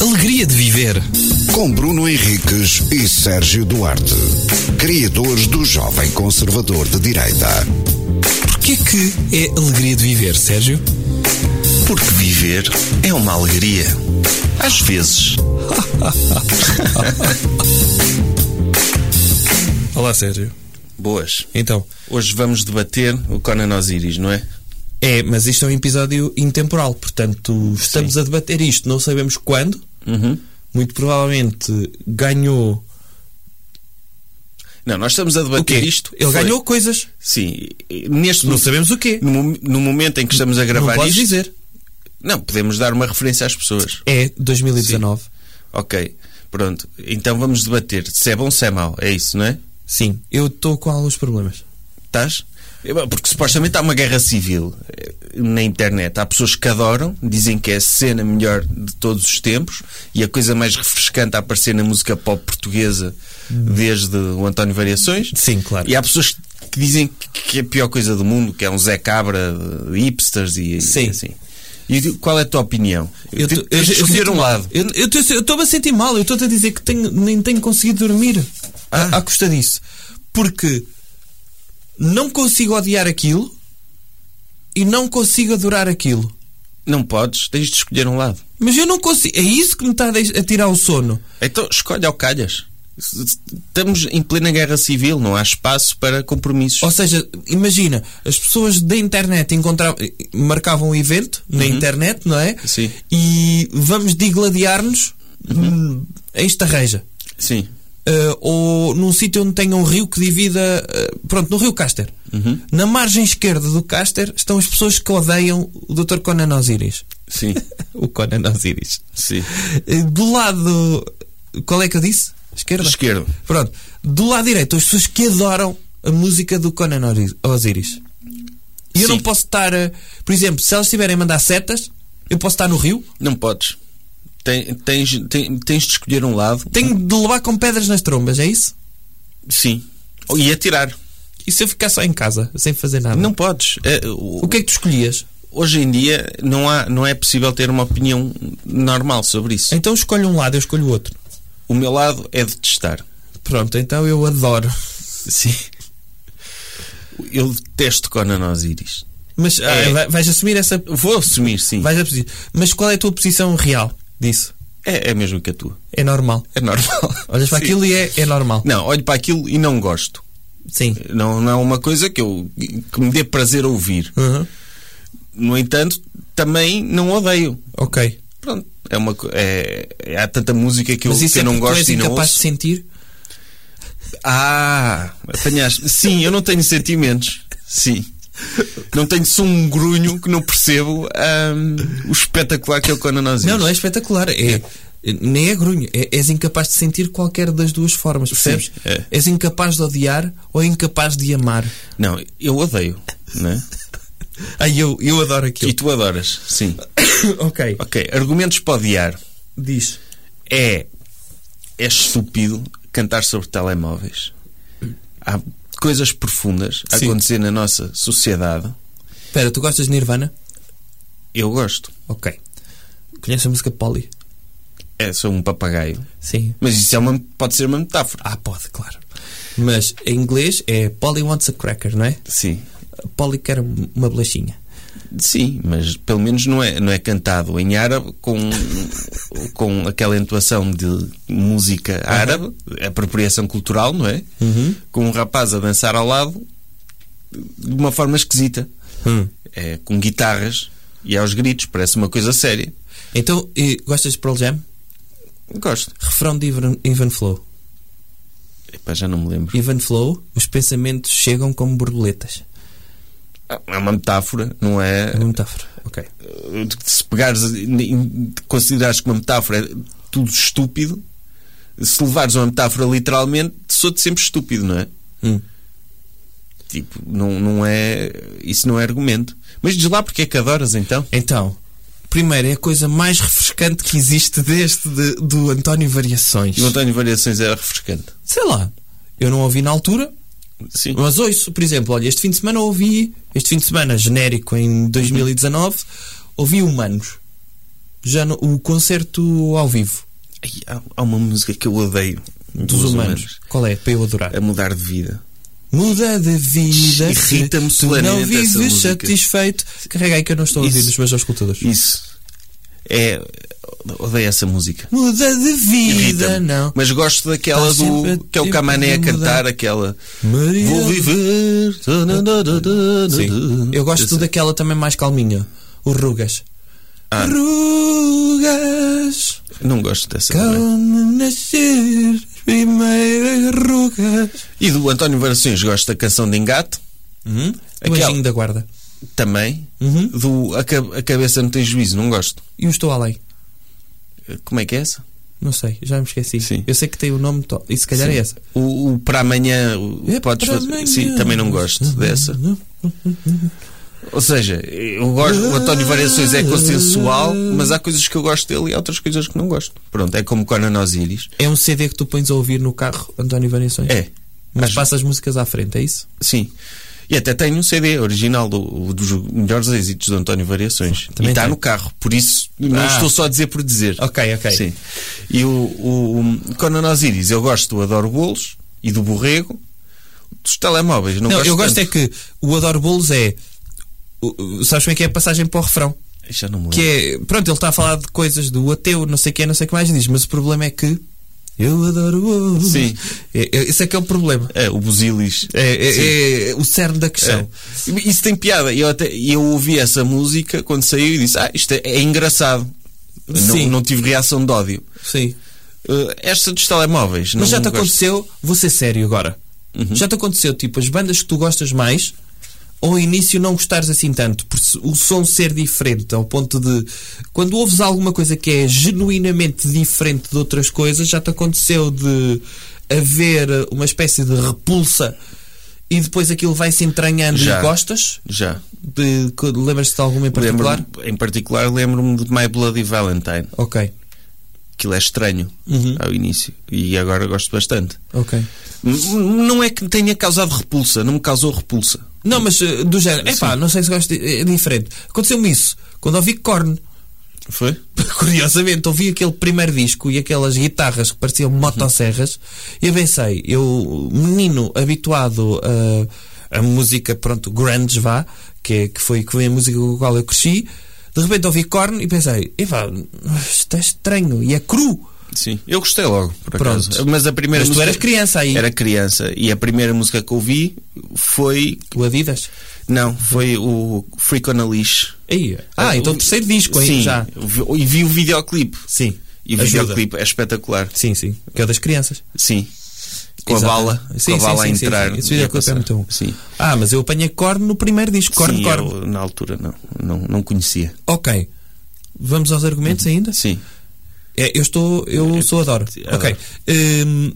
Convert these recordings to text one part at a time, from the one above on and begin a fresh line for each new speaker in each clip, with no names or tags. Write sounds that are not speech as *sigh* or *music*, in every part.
Alegria de Viver.
Com Bruno Henriques e Sérgio Duarte, criadores do Jovem Conservador de Direita.
Porquê que é alegria de viver, Sérgio?
Porque viver é uma alegria. Às vezes.
Olá, Sérgio.
Boas.
Então,
Hoje vamos debater o Conan Osiris, não é?
é, mas isto é um episódio intemporal, portanto, estamos a debater isto, não sabemos quando. Muito provavelmente ganhou.
Não, nós estamos a debater
o quê?
isto.
Ele
Foi-
ganhou coisas.
Sim. e- Neste
Não sabemos o quê.
no, mom- no momento em que estamos a gravar
não podes
isto.
dizer.
Não, podemos dar uma referência às pessoas.
É 2019. Sim.
Ok. Pronto. Então vamos debater se é bom se é mau. É isso, não é?
eu estou com alguns problemas.
Estás? Eh, bom, Porque supostamente há uma guerra civil eh, na internet. Há pessoas que adoram, dizem que é a cena melhor de todos os tempos e a coisa mais refrescante a aparecer na música pop portuguesa desde o António Variações.
Sim, claro.
E há pessoas que dizem que é a pior coisa do mundo, que é um Zé Cabra de hipsters e,
Sim.
e assim. E de- qual é a tua opinião?
Eu
Tens
tô-
de
eu- eu
escolher
sinto-
um lado.
Eu estou-me a sentir mal, eu estou-te a dizer que tenho- nem tenho conseguido dormir à,
Ah.
à custa disso. Porque não consigo odiar aquilo e não consigo adorar aquilo.
Não podes, tens de escolher um lado.
Mas eu não consigo. É isso que me está a, deix- a tirar o sono.
Então escolhe ao calhas. Estamos em plena guerra civil, não há espaço para compromissos.
Ou seja, imagina, as pessoas da internet encontravam, marcavam um evento na internet, não é?
Uhum. Sim.
E vamos digladiar-nos hum, a esta reja.
Sim.
eh, ou num sítio onde tenha um rio que divida. eh, pronto, no rio Caster.
Uhum.
Na margem esquerda do Caster estão as pessoas que odeiam o Dr. Conan Osiris. *laughs*
Sim,
O Conan Osiris.
sim.
Eh, Do lado. Qual é que eu disse? Esquerda?
Esquerda.
Pronto. Do lado direito, as pessoas que adoram a música do Conan Ori- Osiris. E eu
Sim.
não posso estar. eh, Por exemplo, se elas estiverem a mandar setas, eu posso estar no rio.
Não podes. Tem- tens, tem- tens de escolher um lado.
Tenho de levar com pedras nas trombas, é isso?
Sim. E atirar.
E se eu ficar só em casa, sem fazer nada?
Não podes. É, o-
O que é que tu escolhias?
Hoje em dia não, há, não é possível ter uma opinião normal sobre isso.
Então escolho um lado, eu escolho o outro.
O meu lado é detestar.
Pronto, então eu adoro.
Sim. Eu detesto Conan Osiris.
Mas ah,
É.
vai- vais assumir essa.
Vou assumir, sim.
Vais assumir. Mas qual é a tua posição real disso?
É, é mesmo que a tua.
É normal.
É normal.
Olhas para
Sim.
aquilo e é, é normal.
Não, olho para aquilo e não gosto.
Sim.
Não, não é uma coisa que, eu, que me dê prazer ouvir.
Uhum.
No entanto, também não odeio.
Ok.
Pronto, é uma co- é, é- há tanta música que eu,
Mas isso
que eu
é
não
porque tu
gosto
és
e não
incapaz de
ouço.
sentir.
Ah, apanhaste. Sim, eu não tenho sentimentos. Sim. Não tenho só um grunho que não percebo ahm, o espetacular que é o Conan Osiris.
Não, não é espetacular. É, nem é grunho. É, és incapaz de sentir qualquer das duas formas, percebes?
é.
És incapaz de odiar ou é incapaz de amar.
Não, eu odeio, né?
Ai, eu, eu adoro
E
aquilo.
tu adoras, sim.
ok.
Ok, argumentos para odiar.
Diz.
É, é estúpido cantar sobre telemóveis. Há coisas profundas a
Sim.
acontecer na nossa sociedade.
Espera, tu gostas de Nirvana?
Eu gosto.
Ok. Conhece a música Polly?
É, sou um papagaio.
Sim.
Mas isso é uma, pode ser uma metáfora.
Ah, pode, claro. Mas em inglês é Polly wants a cracker, não é?
Sim.
Polly quer um- uma bolachinha.
Sim, mas pelo menos não é, não é cantado em árabe
*laughs*
com, com aquela entoação de música árabe, apropriação cultural, não é?
Uhum.
Com um rapaz a dançar ao lado de uma forma esquisita.
Hum.
É, com guitarras e aos gritos, parece uma coisa séria.
Então, e, gostas de Pearl Jam?
Gosto.
Refrão de Ivan, Ivan Flow.
Epá, já não me lembro.
Ivan Flow, os pensamentos chegam como borboletas.
É uma metáfora, não é?
É uma metáfora. Ok.
Se pegares, considerares que uma metáfora é tudo estúpido, se levares uma metáfora literalmente, sou-te sempre estúpido, não é?
Hum.
Tipo, não, não é. Isso não é argumento. Mas diz lá porque é que adoras então?
Então, primeiro, é a coisa mais refrescante que existe deste de- do António Variações.
E o António Variações é refrescante.
Sei lá. Eu não ouvi na altura,
Sim.
Mas ouço, por exemplo, olha, este fim de semana ouvi, este fim de semana genérico em 2019, ouvi Humanos. Já no- o concerto ao vivo.
Ai, há, há uma música que eu odeio
Dos humanos. Qual é? Para eu adorar.
A mudar de vida.
Muda de vida.
Irrita-me
se tu Não
solenemente essa
vives
música.
satisfeito. Carrega aí que eu não estou a ouvir
Isso.
os meus escutadores.
Isso. É. Odeio essa música.
Muda de vida,
Irrita-me.
não.
Mas gosto daquela
Tá sempre
do.
a
que é o
tempo
Camané a
de mudar.
cantar, aquela.
Maria-
Vou viver.
Sim. Eu gosto
Essa.
daquela também mais calminha. O Rugas.
Ah.
Rugas.
Não gosto dessa. também.
Calma nascer. as Primeiras rugas.
E do António Variações gosto da canção de Engate.
Hum? O
Uhum. Aquela-
anjinho da guarda.
Também.
Uhum.
Do a, Ca- a Cabeça Não Tem Juízo. Não gosto.
E o Estou Além.
Como é que é essa?
Não sei, já me esqueci.
Sim.
Eu sei que tem o nome to... e se calhar
Sim.
é essa.
O, o Para Amanhã. o-
É
podes
para
fazer.
amanhã.
Sim, também não gosto dessa. Ou seja, eu gosto, o António Variações é consensual, mas há coisas que eu gosto dele e há outras coisas que não gosto. Pronto, é como Conan Osiris.
É um CD que tu pões a ouvir no carro, António Variações?
É,
Mas
Acho-
passa as músicas à frente, é isso?
sim. E até tenho um CD original do- dos melhores êxitos do António Variações.
Também
e está
tem.
no carro, por isso não
Ah.
estou só a dizer por dizer.
Ok, ok.
Sim. E o, o, o Conan Osiris, eu gosto do Adoro Bolos e do Borrego. Dos telemóveis, não,
Não, eu gosto é
tanto.
que o Adoro Bolos é. o- o- Sabes como é que é a passagem para o refrão?
Já não me lembro.
Que é. Pronto, ele está a falar de coisas do ateu, não sei o que é, não sei o que mais diz, mas o problema é que. Eu adoro bolos.
Sim.
É, é- esse é que é o problema.
É, o Busilis.
É, é-
Sim.
é o cerne da questão.
É. Isso tem piada. E eu, até, e eu ouvi essa música quando saiu e disse: Ah, isto é, é engraçado.
Sim.
Não, não tive reação de ódio.
Sim.
Eh, esta dos telemóveis. não
Mas já te
gosto. Uhum.
aconteceu, vou ser sério agora. Já te aconteceu, tipo, as bandas que tu gostas mais, ao início não gostares assim tanto, por se- o som ser diferente, ao ponto de. Quando ouves alguma coisa que é genuinamente diferente de outras coisas, já te aconteceu de haver uma espécie de repulsa e depois aquilo vai se entranhando
Já.
e gostas?
Já.
De, co- Lembras-te de alguma em particular?
Lembro-me- em particular, lembro-me de My Bloody Valentine.
Ok,
Aquilo é estranho
Uhum.
ao início. E agora gosto bastante.
ok.
N- n- Não é que me tenha causado repulsa, não me causou repulsa.
Não, mas eh, do género, epá, não sei se gosto, de- é diferente. Aconteceu-me isso quando ouvi Korn. *laughs*
Foi?
Curiosamente, ouvi aquele primeiro disco e aquelas guitarras que pareciam
Uhum.
motosserras e eu pensei, eu, menino habituado a, a música, pronto, grunge vá, que, é- que, foi, que foi a música com a qual eu cresci, de repente ouvi Korn e pensei, epá, isto é estranho e é cru.
Sim. Eu gostei logo, por
Pronto.
acaso. Mas a primeira
Mas tu
música-
eras criança aí.
Era criança. E a primeira música que ouvi foi
O Adidas?
Não, foi o Freak on a Leash.
Aí, ah, então o terceiro disco, hein,
Sim,
já.
vi- E vi o videoclipe.
Sim.
E o
ajuda.
videoclipe é espetacular.
Sim, sim. Que é o das crianças.
Sim. Com
Exato.
a bala,
Sim,
com a
sim,
bala
sim,
a
sim,
entrar.
sim. Esse
e a
videoclipe é
passar.
muito bom.
Sim.
Ah, mas eu apanhei Korn no primeiro disco. Korn,
Sim,
Korn.
eu, na altura não, não, não conhecia.
Ok. Vamos aos argumentos ainda?
Sim.
É, eu estou. Eu sou adoro.
adoro.
Ok. Hum,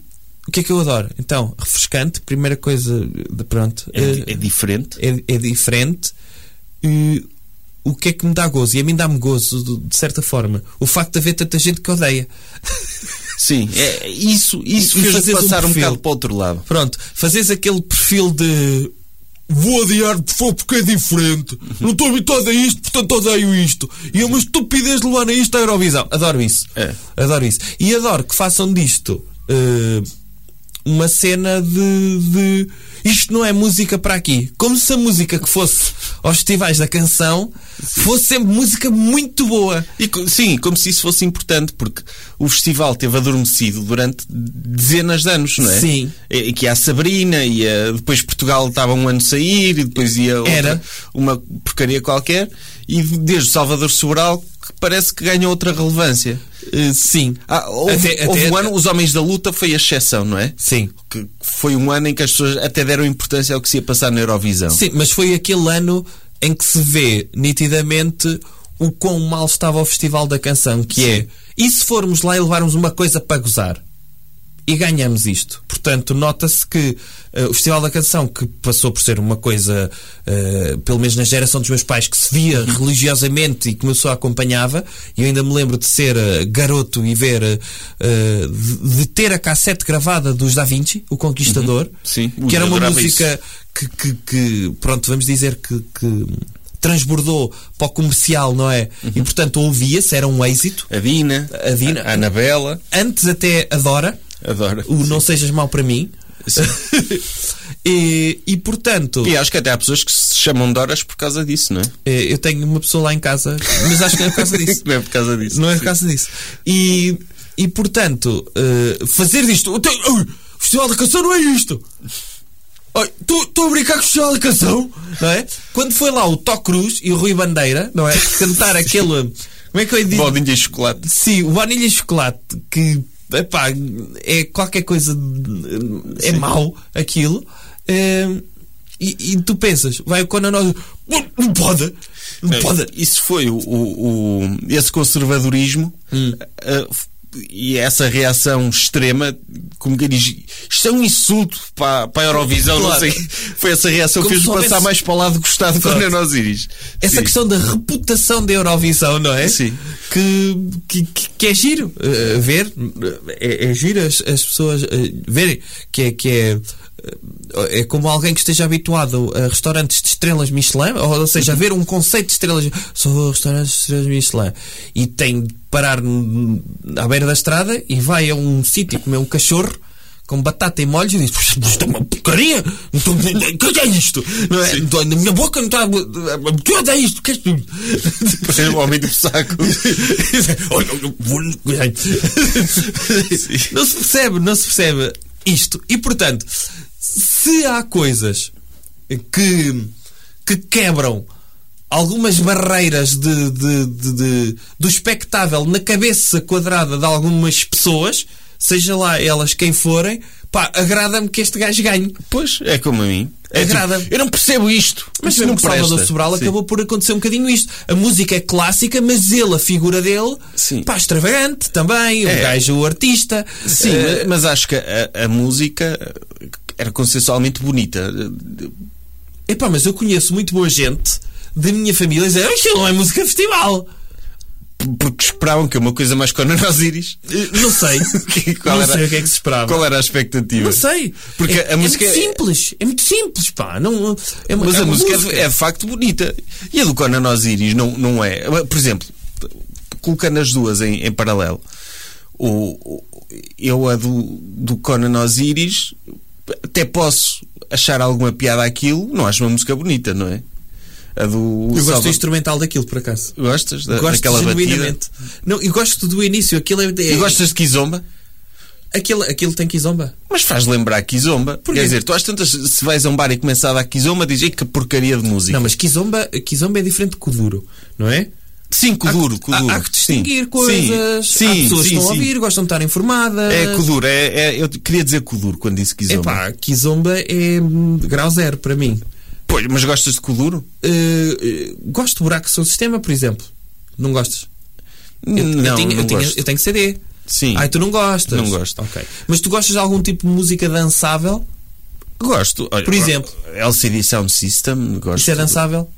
o que é que eu adoro? Então, refrescante, primeira coisa. De, pronto.
É,
eh,
é diferente.
é- é diferente. E o que é que me dá gozo? E a mim dá-me gozo, de- de certa forma. O facto de haver tanta gente que odeia.
Sim. É, isso isso
E
fez
fazeres um
passar um,
perfil.
bocado para o outro lado.
Pronto, fazes aquele perfil de vou odiar por favor porque é diferente.
Uhum.
Não estou habituado a isto, portanto odeio isto. E é uma estupidez de levar a isto à Eurovisão. Adoro isso.
É.
Adoro isso. E adoro que façam disto eh, uma cena de, de isto não é música para aqui. Como se a música que fosse aos festivais da canção fosse sempre música muito boa.
E, co- sim, como se isso fosse importante, porque o festival teve adormecido durante dezenas de anos, não é?
Sim.
E, que a Sabrina, e a- depois Portugal estava um ano a sair, e depois ia outra-
Era.
uma porcaria qualquer, e desde o Salvador Sobral que parece que ganhou outra relevância.
Eh, sim.
Ah, houve,
Até-
houve
até-
um ano, os Homens da Luta foi a exceção, não é?
Sim.
Que foi um ano em que as pessoas até deram importância ao que se ia passar na Eurovisão.
Sim, mas foi aquele ano em que se vê nitidamente o quão mal estava o Festival da Canção, que é e se formos lá e levarmos uma coisa para gozar? E ganhamos isto. Portanto, nota-se que eh, o Festival da Canção, que passou por ser uma coisa, eh, pelo menos na geração dos meus pais, que se via
Uhum.
religiosamente e que me só acompanhava, e eu ainda me lembro de ser eh, garoto e ver, eh, eh, de, de ter a cassete gravada dos Da Vinci, o Conquistador,
Uhum. Sim,
que era uma
adorava
música que, que- que, pronto, vamos dizer que, que transbordou para o comercial, não é? E
Uhum.
portanto ouvia-se, era um êxito.
A Dina,
A Dina.
a Anabela,
Antes até adora
adoro.
o Não Sejas Mal para Mim. *laughs* e, e, portanto,
E acho que até há pessoas que se chamam Doras por causa disso,
*laughs*
não é?
eh, eu tenho uma pessoa lá em casa, mas acho que não é por causa disso.
Não é por causa disso.
Não é por
*laughs* Sim.
causa disso. E, e portanto, eh, fazer disto. Te- Ai, O Festival da Canção não é isto! Estou a brincar com o Festival da Canção, não é? Quando foi lá o Tó Cruz e o Rui Bandeira, não é? Cantar aquele. Como é que eu ia dizer?
Bolinha de chocolate.
Sim, o Vanilha e Chocolate, que epá, é qualquer coisa. de- É mau aquilo. É, e, e tu pensas, vai o Conan O'Doyle, "Não- Não pode! Não pode!
É. Isso foi o, o- o- esse conservadorismo
Hum.
eh, f- e essa reação extrema, como que diz, isto é um insulto para, para a Eurovisão, não
Claro.
sei. Foi essa reação
Como
que fez-me
se houvesse-
passar mais para o lado gostado
Pronto.
quando é nós iris.
Essa
Sim.
questão da reputação da Eurovisão, não é?
Sim.
Que, que, que- que é giro eh, ver, eh, é, é giro as, as pessoas eh, verem que é. Que é eh, é como alguém que esteja habituado a restaurantes de estrelas Michelin, ou, ou seja, a ver um conceito de estrelas, só vou a restaurantes de estrelas Michelin, e tem de parar n- à beira da estrada e vai a um sítio comer um cachorro com batata e molhos e diz: "Puxa, Isto é uma porcaria! Não tô- O que é isto? Não é? Não tô- Na minha boca não está. O que é isto? O que é isto?
Foi o é, homem do saco.
Olha, eu vou- não se percebe, não se percebe isto. E portanto, se há coisas que, que quebram algumas barreiras de, de- de- de- do espectável na cabeça quadrada de algumas pessoas, seja lá elas quem forem, pá, agrada-me que este gajo ganhe.
Pois, é como a mim. É
Agrada.
eu não percebo isto.
Mas
Isto
mesmo
não
que Salvador
presta.
Sobral
Sim.
acabou por acontecer um bocadinho isto. A música é clássica, mas ele, a figura dele,
Sim.
pá, extravagante também. O
É.
gajo, o artista.
Sim,
Eh,
mas- mas acho que a, a música eh, era consensualmente bonita.
epá, mas eu conheço muito boa gente da minha família a dizer aquilo não é música de festival.
Porque esperavam que é uma coisa mais cona nós iris.
Eh, Não
*laughs*
sei.
Que- qual
não
era-
sei o que é que se esperava.
Qual era a expectativa?
Não sei.
Porque
é,
a música
é
é-
muito simples. É muito simples, pá. Não, é uma,
Mas
é
a
uma
música, é- é de facto bonita. E a do Conan Osiris não, não é. Por exemplo, colocando as duas em, em paralelo, o, o- eu a do, do Conan Osiris até posso achar alguma piada àquilo, não acho uma música bonita, não é? A do.
Eu gosto do
Salva-
instrumental daquilo, por acaso.
Gostas da,
Gosto
daquela batida?
genuinamente. Não, eu gosto do início. Aquilo é. é
E gostas de Kizomba?
aquilo, aquilo tem quizomba.
Mas faz lembrar Kizomba.
Porquê?
Quer dizer, tu às tantas, se vais a um bar e começar a dar Kizomba, dizes "Ei, que porcaria de música.
Não, mas Kizomba, Kizomba é diferente de Kuduro, não é?
Sim, Kuduro, Kuduro.
Há, há que
Sim.
distinguir
Sim.
coisas.
Sim,
há pessoas
sim,
que estão a
sim.
ouvir, gostam de estar informadas.
É Kuduro, é, é- eu queria dizer Kuduro quando disse Kizomba.
Epá, Kizomba é hum, grau zero para mim.
Pois, mas gostas de Kuduro?
Uh, uh, gosto de buracos no sistema, por exemplo. Não gostas? Eu-
não,
eu, tinha,
não
eu, tinha-
gosto.
eu Ah, tenho CD.
Sim.
Ai, tu não gostas?
Não gosto.
Ok. Mas tu gostas de algum tipo de música dançável?
Gosto. Olha,
então- Por exemplo.
LCD Sound System, gosto.
Isso é dançável?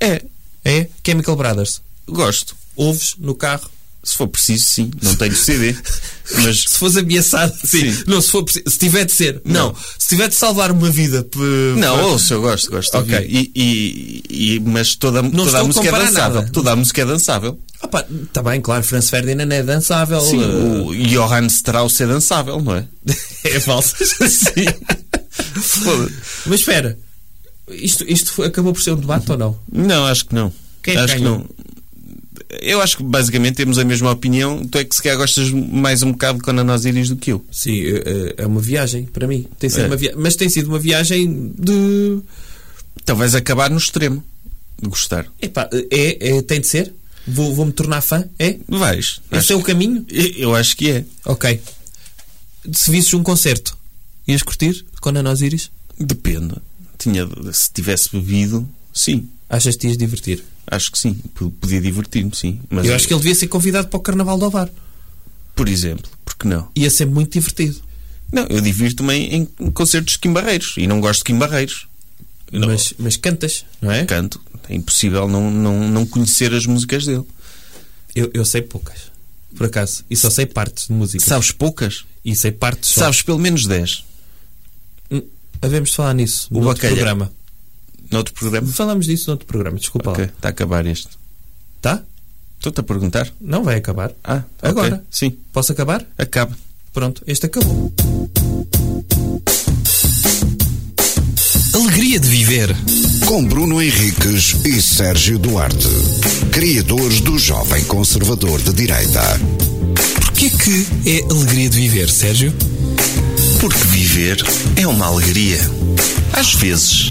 É,
É? Chemical Brothers.
gosto.
Ouves no carro?
Se for preciso, sim. Não tenho
*laughs*
CD. mas
Se fores ameaçado, sim.
Sim.
Não, se, for, preciso- se tiver de ser. Não.
Não.
Se tiver de salvar uma vida. p- p-
Não, ouço, eu gosto, gosto. de
Ok.
ouvir. E, e- e- mas toda, toda
estou
a
a
música é
comparar
dançável.
nada.
Toda a música é dançável.
Opa, tá bem, claro, Franz Ferdinand é dançável.
Sim,
uh,
o Johann Strauss é dançável,
*laughs*
não é?
É falso. Mas espera, isto, isto foi- acabou por ser um debate ou não?
Não, acho que não.
Quem é que
acho que
ganhou?
não. Eu acho que basicamente temos a mesma opinião. Tu é que se calhar gostas mais um bocado de Conan Osiris do que eu.
Sim, é- é é uma viagem para mim. Tem sido
É.
uma via- Mas tem sido uma viagem de.
Então vais acabar no extremo de gostar.
Epá, é, é, tem de ser? Vou- Vou-me tornar fã? É?
Vais.
Esse é o caminho?
Eu- Eu acho que é.
Ok. Se visses um concerto, ias curtir com Ana Osiris?
Depende. Tinha, se tivesse bebido, sim.
Achas que te ias divertir?
Acho que sim. P- Podia divertir-me, sim. Mas
Eu acho que ele devia ser convidado para o Carnaval do Ovar.
Por exemplo, porque não?
Ia ser muito divertido.
Não, eu divirto-me em, em concertos de Quimbarreiros. E não gosto de Quimbarreiros. Não.
Mas, mas cantas, não é?
Canto. É impossível não, não, não conhecer as músicas dele.
Eu, eu sei poucas, por acaso. E só sei partes de música.
Sabes poucas?
E sei partes só.
Sabes pelo menos 10.
Hum, Havemos de falar nisso
O
no outro
Bacalhau.
programa.
Noutro programa?
Falamos disso noutro programa, desculpa
Ok,
lá.
está a acabar este.
Tá?
Estou-te a perguntar.
Não vai acabar.
Ah,
Agora.
ok. Sim,
Posso acabar?
acaba.
Pronto, este acabou. Alegria de viver.
Com Bruno Henriques e Sérgio Duarte, criadores do Jovem Conservador de Direita.
Porquê que é alegria de viver, Sérgio?
Porque viver é uma alegria. Às vezes.